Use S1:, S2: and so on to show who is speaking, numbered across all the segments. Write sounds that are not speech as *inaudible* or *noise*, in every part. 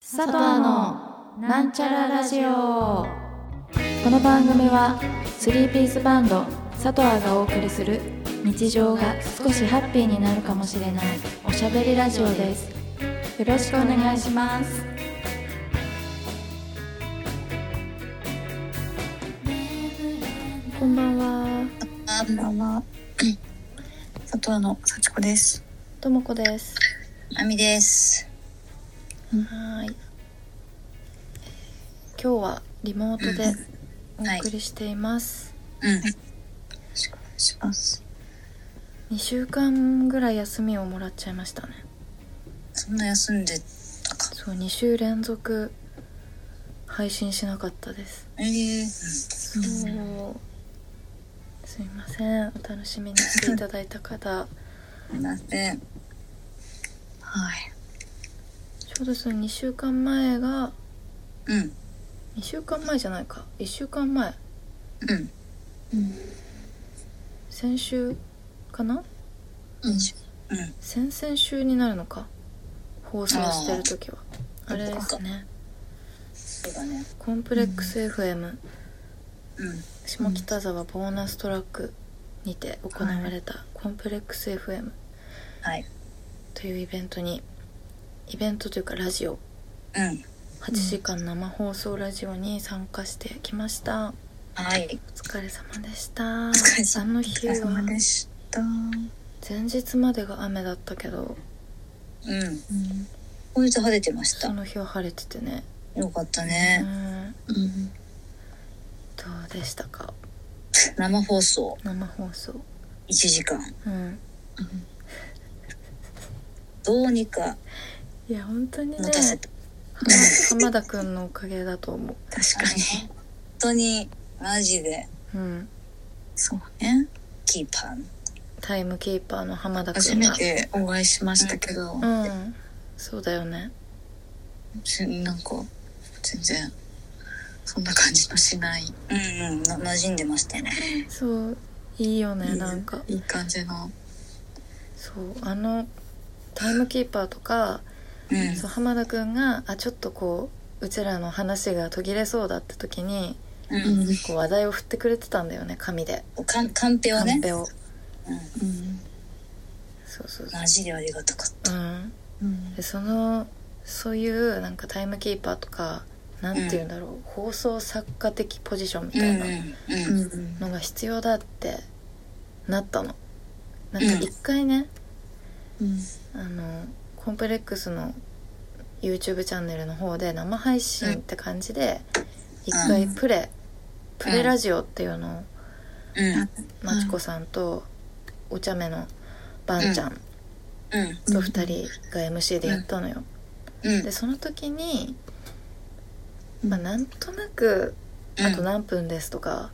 S1: 佐藤のなんちゃらラジオこの番組はスリーピースバンド佐藤がお送りする日常が少しハッピーになるかもしれないおしゃべりラジオですよろしくお願いしますこんばんは
S2: こんばんは。佐藤の幸子です。
S1: ともこです
S2: あみです。
S1: はい今日はリモートでお送りしています、
S2: うん。よろしくお願いします。
S1: 2週間ぐらい休みをもらっちゃいましたね
S2: そんな休んでたか。
S1: そう2週連続配信しなかったです
S2: ええ
S1: そうすいませんお楽しみにしていただいた方
S2: うん。なんで。はい。
S1: ちょうどその2週間前が
S2: うん。
S1: 2週間前じゃないか1週間前
S2: うん。
S1: 先週かな
S2: うん。うん。
S1: 先々週になるのか放送してる時は
S2: あー
S1: あれですね
S2: そうだね。
S1: コンプレックス FM
S2: うん。
S1: 下北沢ボーナストラックにて行われたコンプレックス FM
S2: はい。
S1: というイベントにイベントというかラジオ
S2: うん。
S1: 8時間生放送ラジオに参加してきました、
S2: はい。
S1: お疲れ様でした
S2: お疲れ様
S1: あの
S2: お疲
S1: 日
S2: れ
S1: は
S2: 様でした。うん。
S1: 前日までが雨だったけど
S2: こいつ晴れてまし
S1: そ
S2: た。
S1: の日は晴れててね
S2: よかった
S1: う
S2: ね。
S1: ん
S2: うん。
S1: どうでしたか
S2: 生放送
S1: 生放送
S2: 一時間。
S1: うん
S2: どうにか
S1: いや本当にね
S2: 持たせた。
S1: 浜浜田くんのおかげだと思
S2: 確かに。本当にマジで。
S1: ううん
S2: そうね。キーパーの。
S1: タイムキーパーの浜田くんが
S2: 初めてお会いしましたけど、
S1: うんそうだよね
S2: しなんか全然そんな感じのしないうんうんな馴染んでましたね
S1: そういいよねなんか
S2: いい感じの
S1: そうあのタイムキーパーとか、
S2: うん
S1: そう浜田くんがあちょっとこううちらの話が途切れそうだって時に
S2: うん
S1: こう話題を振ってくれてたんだよね紙で
S2: かんカンペを
S1: カ
S2: ね
S1: ンペを
S2: うん、
S1: そうそうそ
S2: マジでありがたかった
S1: ううんでそのそういうなんかタイムキーパーとかなんて言うんだろう、放送作家的ポジションみたいな
S2: うんうん
S1: のが必要だってなったのなん
S2: う
S1: か
S2: ん
S1: 一回ね、あのコンプレックスの YouTube チャンネルの方で生配信って感じで一回プレ、プレラジオっていうのを
S2: うん
S1: まちこさんとお茶目のばんちゃん
S2: うん
S1: と2人が MC でやったのよ。
S2: うん
S1: でその時に、まあ、なんとなくあと何分ですとか、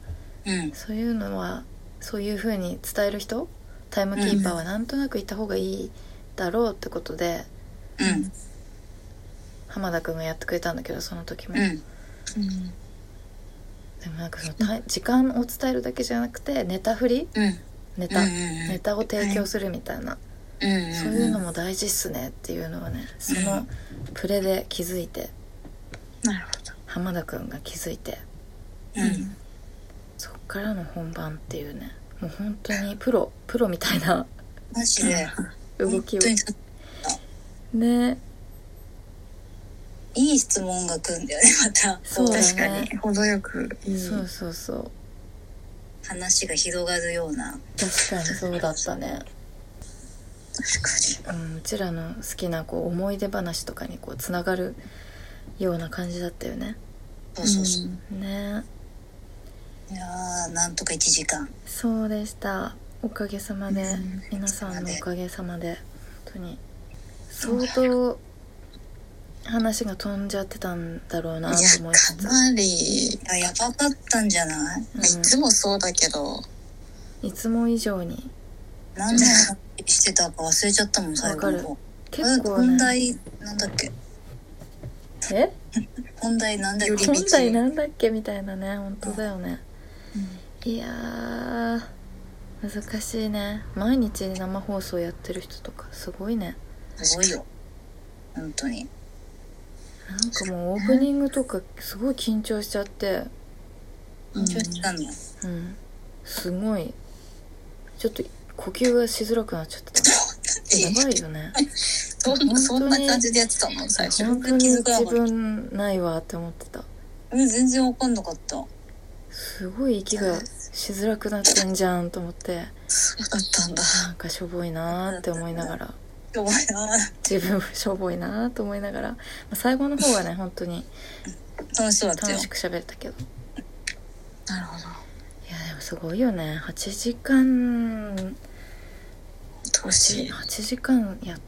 S2: うん
S1: そういうのはそういう風に伝える人タイムキーパーはなんとなくいた方がいいだろうってことで
S2: うん
S1: 浜田くんがやってくれたんだけどその時も。
S2: うん
S1: でもなんかそのタイ時間を伝えるだけじゃなくてネタ振り
S2: うん
S1: ネ
S2: う
S1: タ、
S2: んうん
S1: ネタを提供するみたいな、
S2: うん
S1: そういうのも大事っすねっていうのはねそのプレで気づいて
S2: なるほど
S1: 浜田くんが気づいて
S2: うん
S1: そっからの本番っていうねもう本当にプロプロみたい *laughs* な
S2: マジで
S1: 動きを
S2: 本当にた
S1: ね
S2: いい質問が来るんだよねまた
S1: そうだね
S2: 確かに
S3: 程よくいい
S1: そうそうそう
S2: 話が広がるような
S1: 確かにそうだったね、
S2: 確かに
S1: うん、うちらの好きなこう思い出話とかにこうつながるような感じだったよね
S2: そうそうそう、
S1: ね
S2: いやーなんとか1時間
S1: そうでしたおかげさまで、
S3: うん
S1: 皆さんのおかげさまで本当に相当話が飛んじゃってたんだろう
S3: い
S1: な
S3: や
S1: と思いつ
S3: か
S1: つ
S3: なり
S2: あやばかったんじゃない
S1: うん
S3: いつもそうだけど、
S1: いつも以上に
S2: 何年してたか忘れちゃったもん最後の
S1: わ
S2: 方
S1: 結構
S2: 本
S1: ね
S2: 題なんだっけ
S1: え
S2: 本題なんだ
S4: *laughs*
S2: っけ
S1: 本題なんだっけみたいなね本当だよねいやー難しいね毎日生放送やってる人とかすごいね
S2: すごいよ本当に
S1: なん
S4: なんかもうオープニングとかすごい緊張しちゃって、
S2: 緊張してたの。
S4: うん、すごいちょっと呼吸がしづらくなっちゃってたやばいよね
S3: そんなそんな感じでやってたの最初。
S4: 本当に自分ないわって思ってた
S2: うん、全然わかんなかった。
S4: すごい息がしづらくなってんじゃんと思って
S3: そうだったんだ。
S4: なんかしょぼいなーって思いながら
S2: 今日
S4: 自分もしょぼいなーと思いながら、まあ、最後の方はね本当に
S2: 楽しそうだった
S4: 楽
S2: よ
S4: し。く喋れたけど
S3: なるほど。
S4: いやでもすごいよね8時間
S3: どうし
S4: 8時間や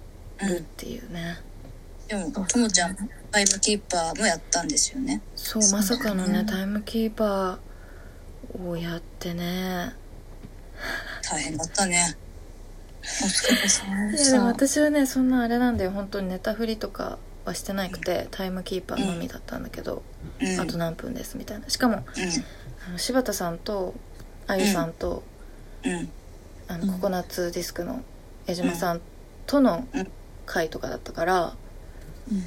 S4: るっ
S2: う
S4: ていうね、
S2: ん。でも、ともちゃん、タイムキーパーもやったんですよね。
S4: そう
S3: そうだ
S4: ま
S3: ね
S4: さかのねタイムキーパーをやってね
S2: 大変だったね。
S3: お疲れ様
S4: い
S3: で
S4: や
S3: し
S4: でも
S3: た。
S4: 私はねそんなあれなんだよ本当にネタ振りとかはしてなくてタイムキーパーのみだったんだけど、
S2: うん。
S4: あと何分ですみたいなしかもあの柴田さんとあゆさんと、
S2: うん。うん。
S4: あのココナッツディスクの江島さんとの回とかだったから、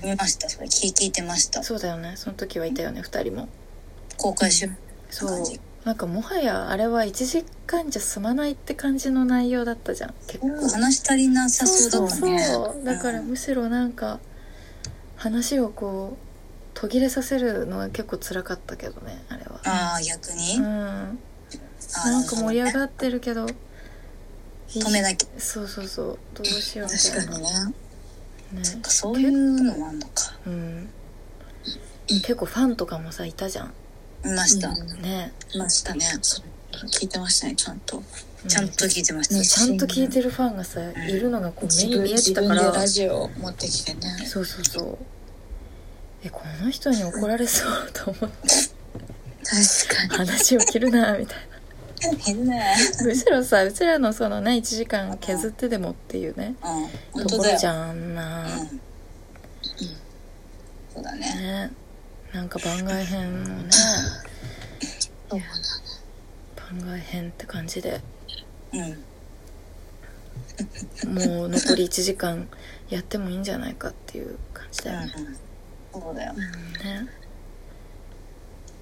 S2: 見ました。それ聞い聞いてました。
S4: そうだよねその時はいたよね2人も
S2: 公開しよ
S4: そう
S2: 感じ
S4: なんかもはやあれは1時間じゃ済まないって感じの内容だったじゃん結構
S2: う。話し足りなさそうだったね。
S4: そうそうだからむしろなんか話をこう途切れさせるのは結構辛かったけどねあれは
S2: ああ、逆に、
S4: うん
S2: あー
S4: なんか盛り上がってるけど
S2: 止めなきゃ。
S4: そうそうそうどうしようみたい
S3: 確
S4: な
S3: かにね。
S4: ね
S2: なんかそういうのもあんのか。
S4: うん結構ファンとかもさいたじゃん
S2: 見ました。
S3: うん
S4: ね
S3: いましたね。そう聞いてましたね、ちゃんと。
S4: う
S2: ちゃんと聞いてました。
S3: ね
S4: ちゃんと聞いてるファンがさいるのがこう目に見えて
S3: 自
S4: たか
S3: 分で
S4: ら
S3: ラジオを持ってきてね。
S4: そうそうそうえこの人に怒られそうと思って
S3: 確か
S4: 話を切るなみたいな
S2: 変ね。
S4: むしろさうちらのそのね1時間削ってでもっていうね
S2: うん。本当
S4: とこ
S2: だ
S4: ろ
S2: よ。
S4: じゃんな、
S2: うん。うんそうだね。
S4: ねなんか番外編もね
S3: そう
S4: 番外編って感じで
S2: うん。
S4: もう残り1時間やってもいいんじゃないかっていう感じ
S2: う
S4: だよね,、
S2: ん。そうだよ。
S4: ね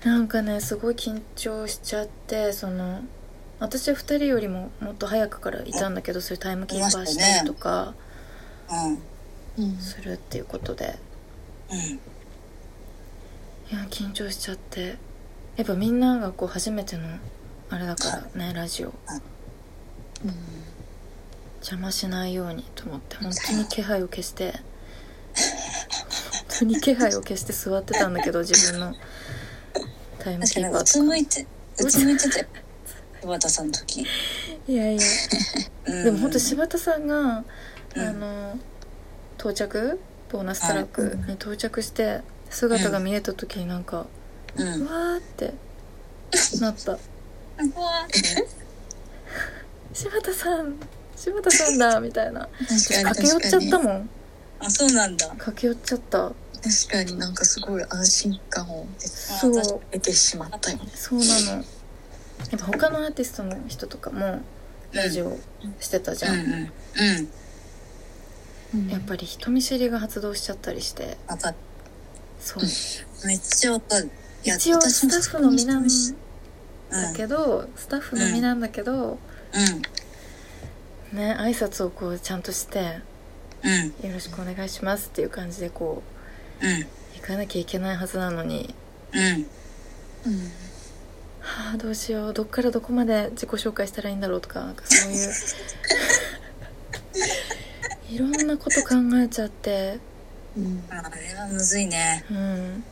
S4: なんかねすごい緊張しちゃってその私は2人よりももっと早くからいたんだけどそういうタイムキーパーしたりとか
S2: うん。
S3: に。うん
S4: するっていうことで。
S2: うん。
S4: いや緊張しちゃってやっぱみんながこう初めてのあれだからねラジオ邪魔しないようにと思って本当に気配を消して本当に気配を消して座ってたんだけど自分のタイム
S2: 確
S4: キ
S2: かに、なん
S4: ーパ
S2: かう
S4: ー
S2: つ
S4: と
S2: む
S4: か
S2: いて、うつむいて *laughs* たよ。柴田さんの時。
S4: いやいや
S2: うん。
S4: でも本当柴田さんが、
S2: うん
S4: あの到着ボーナストラックに到着して姿が見えた時になんか、
S2: う。
S4: うん *laughs* わーってなった
S2: うわ
S4: 柴田さん柴田さ
S2: *laughs*
S4: んだみたいな
S3: 確か
S4: 駆け寄っ
S3: に。
S4: ちゃったもん
S2: あ、そうなんだ。
S4: 駆け寄っちゃった
S3: 確かになんかすごい安心感を
S4: そう
S2: 私
S3: 得てしまったよね。
S4: そうなのやっぱ他のアーティストの人とかもラジオしてたじ
S2: う
S4: ゃ、
S2: んうんん。うん。
S4: やっぱり人見知りが発動しちゃったりして
S2: わかっ
S4: そう
S2: めっちゃわかる。いや
S4: 一応
S2: 私
S4: ス
S2: も
S4: タッフの身なん
S2: うん。
S4: だけどスタッフの身なんだけど、ね挨拶をこうちゃんとして
S2: うん。うん。
S4: 「よろしくお願いします」っていう感じでこ
S2: うん。
S4: う行かなきゃいけないはずなのに
S2: うん。
S3: うん
S4: はあどうしようどっからどこまで自己紹介したらいいんだろうとかなんかそう *laughs* いういろんなこと考えちゃって
S3: うん
S2: あれはむずいね。
S4: うん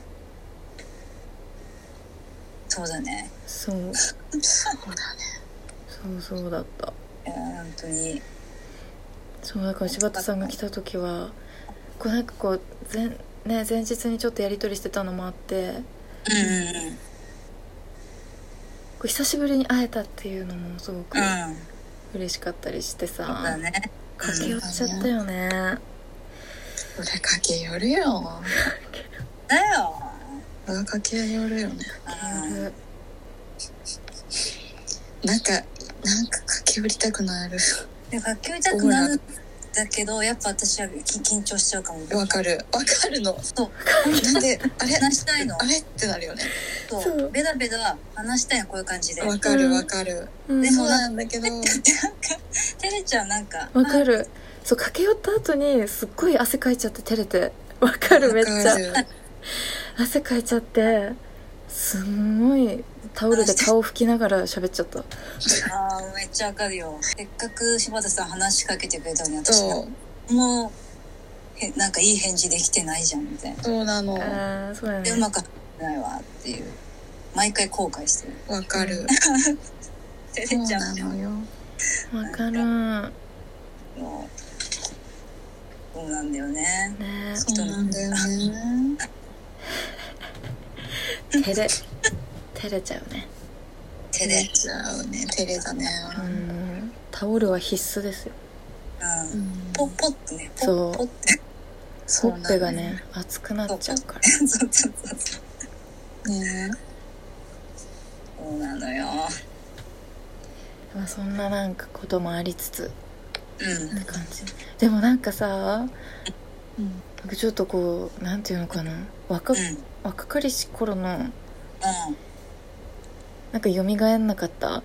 S2: そうだね。
S4: そう
S3: そうだね。
S4: そうそうだった
S2: いや、本当に。
S4: そうだから柴田さんが来た時はこうなんかこう前,、ね、前日にちょっとやり取りしてたのもあって
S2: うんうんうん。
S4: こう久しぶりに会えたっていうのもすごく
S2: うん。
S4: 嬉しかったりしてさ、
S2: そうだね。
S4: 駆け寄っちゃったよね
S3: それ駆け寄るよ。
S2: だよ。
S3: それは駆け寄るよ
S2: う
S3: ね。
S2: ん
S4: 夜
S3: なんか、なんか駆け寄りたくなる。
S2: で、学級委託なるっだけどやっぱ私はき緊張しちゃうかも
S3: わかるわかるの
S2: そう
S3: なんであれ
S2: 話したいの
S3: あれってなるよね
S2: そう
S4: そう
S2: ベラベラ話したいのこういう感じで
S3: わかるわかる、
S4: うん
S2: で
S3: そ
S2: も
S3: うなんだけど
S2: なんか照れちゃうなんか
S4: わかるそう駆け寄った後にすっごい汗かいちゃって照れてわかるめっちゃ
S3: わかる
S4: 汗かいちゃってすんごいタオルで顔拭きながら喋っちゃった
S2: ああーめっちゃわかるよせっかく柴田さん話しかけてくれたのに私
S3: そう
S2: もうへなんかいい返事できてないじゃんみたいな
S3: そうなのわ
S4: あーそうだ
S2: で
S4: ね
S2: うまく話せないわっていう毎回後悔してる
S3: かる
S2: 照
S3: そう
S2: れちゃ
S3: な
S2: う
S3: のよ
S4: わかるん
S2: もうそうなんだよね
S4: ね
S3: そうなんだよね
S4: 照れ照れちゃうね
S2: 手
S3: 照れ
S2: で
S3: ちゃうね照れだね
S4: うんタオルは必須ですよ
S2: うん
S3: うん
S2: ポッポッとねポ
S4: そう
S2: ッポッて
S4: ほ
S3: そう
S4: っぺが
S3: なのよ
S4: ね熱くなっちゃうから
S2: そうそうそうそう
S3: ね
S2: そうなのよ
S4: まあそんななんかこともありつつ
S2: うん
S4: って感じでもなんかさ
S3: うん
S4: 僕ちょっとこうなんていうのかな若,、
S2: うん
S4: 若かりし頃のなん
S2: うん
S4: か蘇んなかった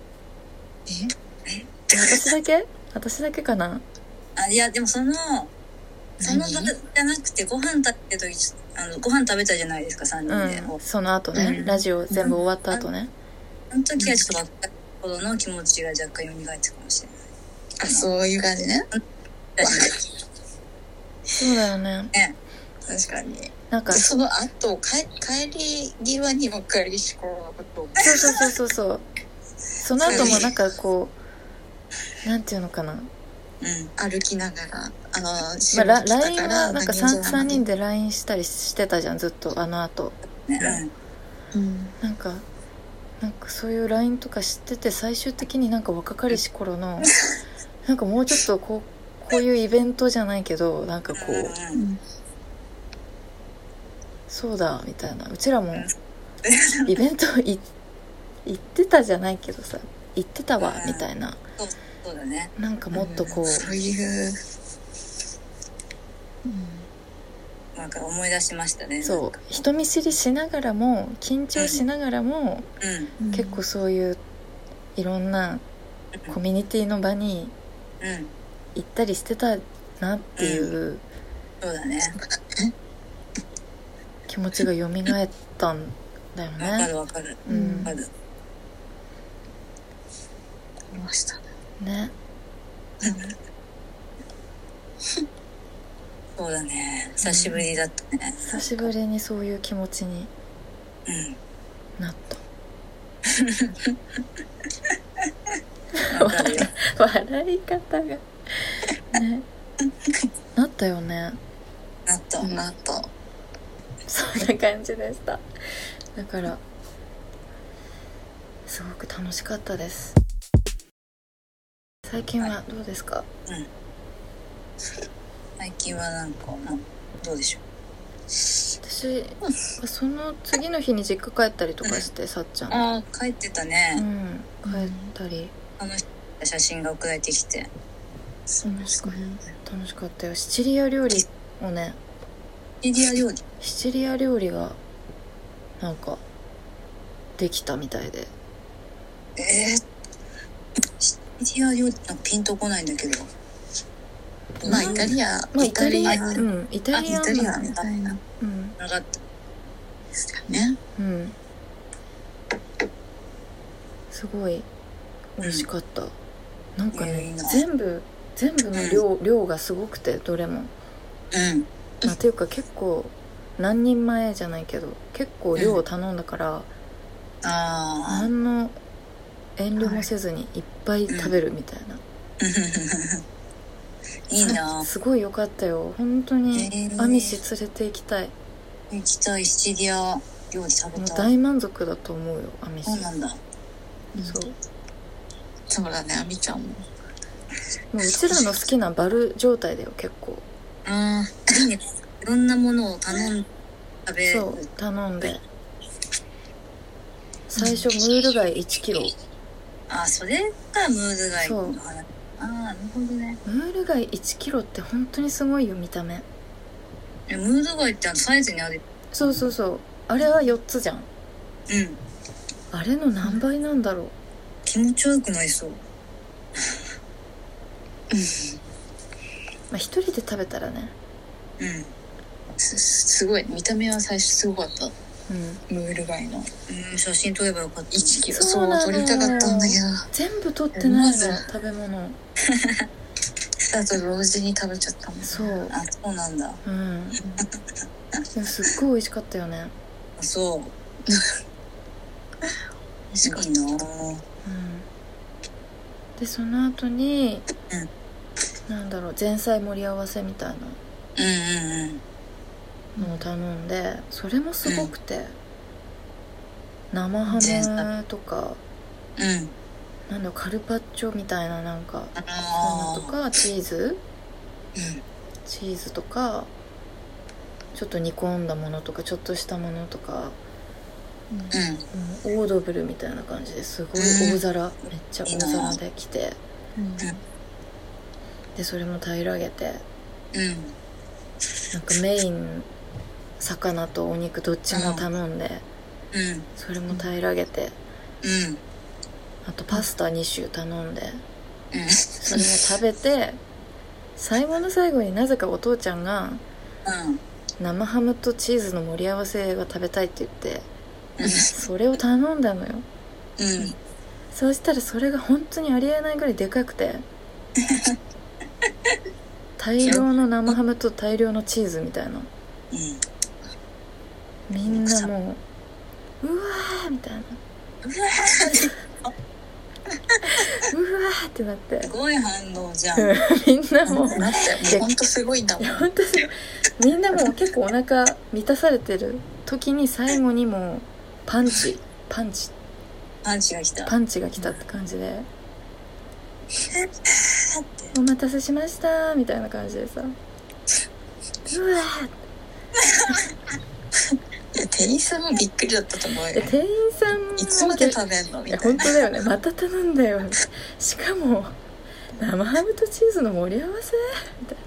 S3: え
S4: 私だけ私だけかな
S2: あいやでもそのその場
S3: 何
S2: じゃなくてご飯食べた時ちょあのご飯食べたじゃないですか3人で、
S4: うんその後ね、
S3: うん
S4: ラジオ全部終わった後ね、
S2: あの時はちょっと若い頃の気持ちが若干蘇ってたかもしれない
S3: あそういう感じね
S4: そうだよね
S3: 確かに
S4: なんか
S3: で
S4: そ
S3: その後か帰り際にばっかりしこのことを
S4: うそうそうそうそうその後もなんかこうなんていうのかな、
S2: うん
S3: 歩きながらあの仕
S4: まあ、
S3: 事
S4: ラ
S3: 来た
S4: LINE
S3: か
S4: は
S3: ら
S4: なんか 3, 三人で LINE したりしてたじゃんずっとあの後
S2: ね
S3: うん
S4: なんかなんかそういう LINE とか知ってて最終的になんか若かりし頃のなんかもうちょっとこうこういうイベントじゃないけどなんかこ
S2: うんうん
S4: う
S2: うん
S4: そうだみたいなうちらもイベントい行ってたじゃないけどさ行ってたわみたいな
S2: そうだね
S4: なんかもっとこう
S3: そういう
S2: なんか思い出しましたね
S4: そう人見知りしながらも緊張しながらも
S2: うん
S3: うん
S4: 結構そういういろんなコミュニティの場に
S2: うん
S4: 行ったりしてたなっていう
S2: そうだね
S4: 気持ちが蘇ったんだよ
S2: わか
S4: ね。
S2: るわかる
S4: う
S2: わ
S4: ん
S2: か、る
S3: ありましたね
S4: ね
S2: そうだね久しぶりだったね
S4: 久しぶりにそういう気持ちに
S2: うん
S4: なっ
S2: わか
S3: *laughs*
S2: るよ
S4: た笑い方がねなったよね
S2: なった
S3: そんな後
S4: そんな感じでしただからすごく楽しかったです最近はどうですか、
S2: 最近はなんかもうどうでしょ
S4: 私その次の日に実家帰ったりとかしてさっちゃ
S2: うんああ帰ってた
S4: う
S2: ね
S4: ん帰ったり
S2: 楽しい写真が送られてきて
S3: 楽しく
S4: 楽しかったよシチリア料理をね
S2: イリア料理
S4: シチリア料理がなんかできたみたいで
S2: えー、イタリア料理なんかピンとこないんだけど。
S3: まあイタリア
S4: まあイタリア
S3: イタリ
S4: うんイタリ
S3: ア
S4: アン
S3: イタリアみたいな
S4: うん
S2: なかった。
S3: ね
S4: うんすごい美味しかった、なんか
S2: い
S4: ね
S2: いな
S4: 全部全部の量量がすごくてどれも、
S2: うん。
S4: まあ、ていうか結構何人前じゃないけど結構量を頼んだから、
S2: ああ。
S4: 何の遠慮もせずにいっぱい食べるみたいな、
S2: いいな。
S4: すごい良かったよ本当に
S2: へー
S4: アミシ連れて行きたい
S2: 行きたいシチリア料理食
S4: も
S2: べ
S4: う
S2: たい。
S4: 大満足だと思うよアミシ
S2: そうなんだ。
S4: そうも
S3: そうだねあみちゃんも
S4: ううちらの好きなバル状態だよ結構
S2: ああ。 *laughs* いいね。いろんなものを頼んで食べる。
S4: そう頼んで最初ムール貝1キロ
S2: ああ、それがムール貝の話。ああなるほどね
S4: ムール貝1キロって本当にすごいよ見た目
S2: えムード街ってあのサイズにある
S4: そうそうそうあれは4つじゃん
S2: うん
S4: あれの何倍なんだろう
S2: 気持ち悪くなりそう
S4: まあ一人で食べたらね
S2: うんすすごい見た目は最初すごかった
S4: うん
S2: ムール貝のうん写真撮ればよかった1キロ
S4: そ
S2: そうう
S4: なの
S2: 撮
S4: よ
S2: りたかったんだけど
S4: 全部取ってないの
S2: まず
S4: 食べ物
S2: さあと同時に食べちゃったもん
S4: そう
S2: あそうなんだ
S4: う
S2: *laughs*
S4: んでもすっごい美味しかったよね
S2: あそう美味しかったな
S4: うんでその後になんだろう前菜盛り合わせみたい
S2: うんうんうん
S4: なのを頼んでそれもすごくて生ハ
S2: 前
S4: ム
S2: 菜
S4: とか
S2: うん
S4: なんだろうカルパッチョみたいななんか
S2: あ
S4: そういうのと
S2: の
S4: かチーズ
S2: うん
S4: チーズとかちょっと煮込んだものとかちょっとしたものとか、
S2: うん
S4: うんオードブルみたいな感じですごい大皿、めっちゃ大皿で来て
S1: うん
S4: でそれも平らげて
S2: うん
S4: なんかメイン魚とお肉どっちも頼んで
S2: うん
S4: それも平らげて
S2: うん
S4: あとパスタ2種頼んで
S2: うん
S4: それも食べて最後の最後になぜかお父ちゃんが
S2: うん
S4: 生ハムとチーズの盛り合わせが食べたいって言って
S2: うん
S4: それを頼んだのよ
S2: うん
S4: そうしたらそれが本当にありえないぐらいでか
S2: *laughs*
S4: くて大量の生ハムと大量のチーズみたいな
S2: うん
S4: みんなもううわーみたいなうわーってなって
S2: すごい反応じゃん。
S4: うん
S2: だっ
S4: *laughs* みんなも
S2: て、
S4: う
S2: もうほんとすごいんだもん。
S4: 本当にみんなもう結構お腹満たされてる時に最後にもうパンチパンチ
S2: パンチが来た。
S4: パンチが来たって感じで「お待たせしました」みたいな感じでさ「うわー
S2: いや、店員さんもびっくりだったと思う
S4: え
S2: よ。
S4: 店員さん
S2: いつまで食べんの
S4: い
S2: み
S4: や
S2: たい
S4: 本
S2: な。
S4: 当だよねまた頼んだよしかも生ハムとチーズの盛り合わせみたいな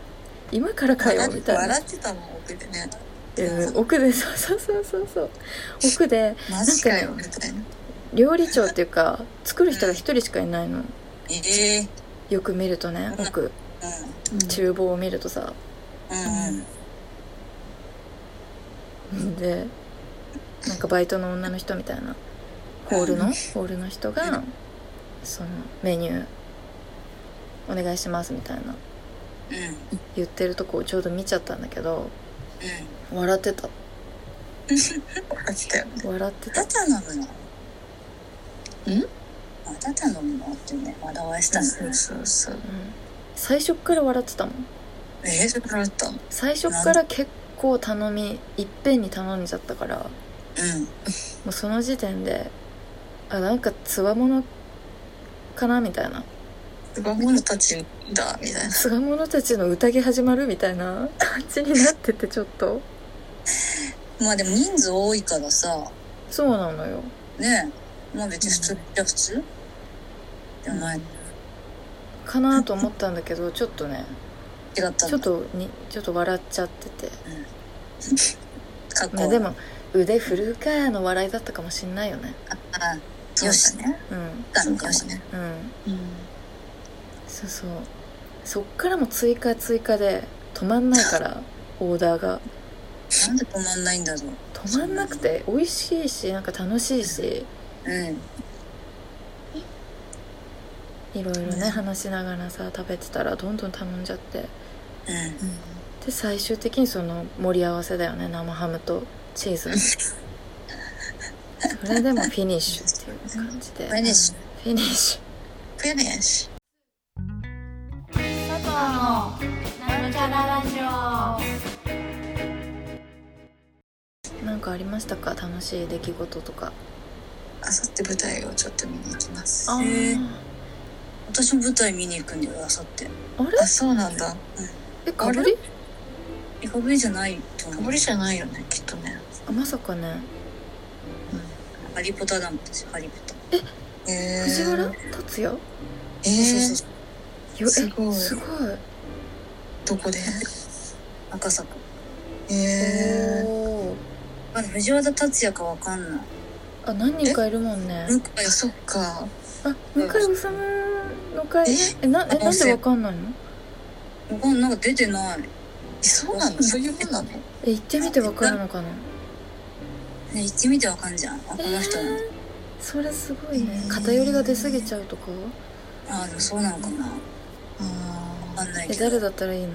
S4: 今からかよみたいな
S2: 笑ってたもん、奥でね。
S4: うん奥でそうそうそうそうそう奥で
S2: マジかよ、みたいな。
S4: 料理長っていうか作る人が一人しかいないの
S2: ええ
S4: よく見るとね奥厨房を見るとさ
S2: うん。うん。
S4: でなんかバイトの女の人みたいなホールのホールの人がそのメニューお願いしますみたいな
S2: うん。うん。
S4: 言ってるとこをちょうど見ちゃったんだけど笑ってた
S2: マジかよ。
S4: 笑ってた
S2: また頼むのんまた頼むのってね、笑わしたそうそうそう。
S4: 最初っから笑ってたもん
S2: ええそれからだったの
S4: 最初っから結構頼みいっぺんに頼んじゃったからも
S2: うん。
S4: うその時点であなんかつわものかなみたいな
S2: すごい者たちだ、みたいな。
S4: つわものたちの宴始まるみたいな感じになっててちょっと
S2: まあでも人数多いからさ、
S4: そうなのよ
S2: ねえ。まあ別に普通じゃ普通でもない。違
S4: かなと思ったんだけどちょっとね
S2: ったんだ
S4: ちょっとにちょっと笑っちゃってて
S2: 過去
S4: まあでも腕振るかーの笑いだったかもしんないよね
S2: あよしね
S4: うん
S2: だのよしね
S4: うん
S1: うん
S4: そうそうそっからも追加追加で止まんないから
S2: *laughs*
S4: オーダーが
S2: なんで止まんないんだろう
S4: 止まんなくて美味しいしなんか楽しいし
S2: うん
S4: いろいろ
S2: うん
S4: ね話しながらさ食べてたらどんどん頼んじゃって
S2: うん
S4: で最終的にその盛り合わせだよね生ハムとチーズ
S2: *laughs*
S4: それでもフィニッシュっていう感じで
S2: フィニッシュ
S4: フィニッシ
S2: フィニッシ
S1: 佐藤のなんちゃらラジオ
S4: ュなんかありましたか楽しい出来事とか
S2: ュあさって舞台をちょっと見に行きます
S4: あ
S2: へえ
S4: ー
S2: 私も舞台見に行くんだよあさって
S4: あれ
S2: あそうなんだ
S4: えかぶり
S2: リカブリじゃないと思うリじゃないよねきっとね
S4: あまさかね
S2: ハリポタだもん私ハリポタ
S4: 藤原竜也
S2: ええそうそうそう
S4: よえ
S2: すごい
S4: すごい
S3: どこで
S2: 赤坂。
S3: えー、
S4: おー
S2: まだ藤原達也かわかんない。
S4: あ何人かいるもんね
S2: 向井
S3: あそっか
S4: あ向井治の回
S3: え
S4: えなえ
S3: 可
S4: な
S3: 能
S4: ん
S3: 性
S4: でわかんないの
S2: わかんなんか出てない。
S3: えそうなのそういうもんなの
S4: え行ってみてわかるのかな
S2: ね、行ってみてわかんじゃん。あ、この人なの。
S4: えーそれすごいね
S3: うん
S4: 偏りが出過ぎちゃうとか
S2: あ、でもそうなのかな。わ
S3: あ
S2: かんない
S4: え
S2: けど。
S4: 誰だったらいいの
S3: ー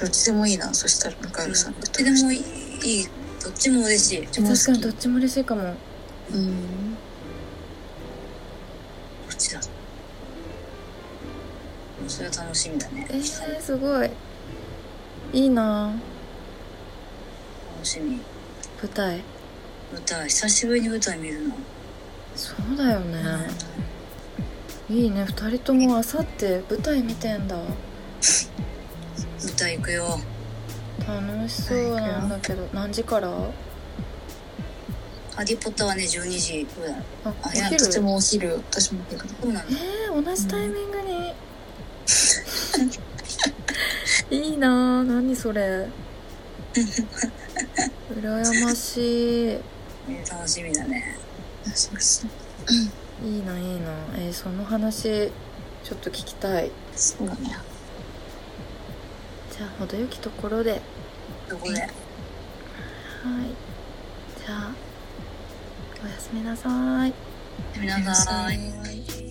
S3: どっちでもいいなそしたら向井さん
S2: どっちでもいい。どっちも嬉しい。
S4: え確かにどっちも嬉しいかも
S3: うん
S2: こっちだ。それは楽しみだね。
S4: えー、すごいいいなあ
S2: 楽しみ。
S4: 舞台
S2: 舞台、久しぶりに舞台見るの。
S4: そうだよね、いいね二人ともあさって舞台見てんだ
S2: 舞台行くよ。
S4: 楽しそうなんだけど何時からあ
S2: ハリーポッターはね、12時ぐらい。
S4: お
S2: あいや
S4: 昼
S3: どっちもお昼私もお昼
S2: そうなの
S4: え。ー、同じタイミングにいいなあ何それ羨ましい
S2: ね楽しみだね。
S3: そうです
S4: いいないいなえーその話ちょっと聞きたい
S3: そうだね
S4: じゃあ程よきところではい
S2: どこで。
S4: じゃあおやすみなさい
S2: 皆さん。
S3: い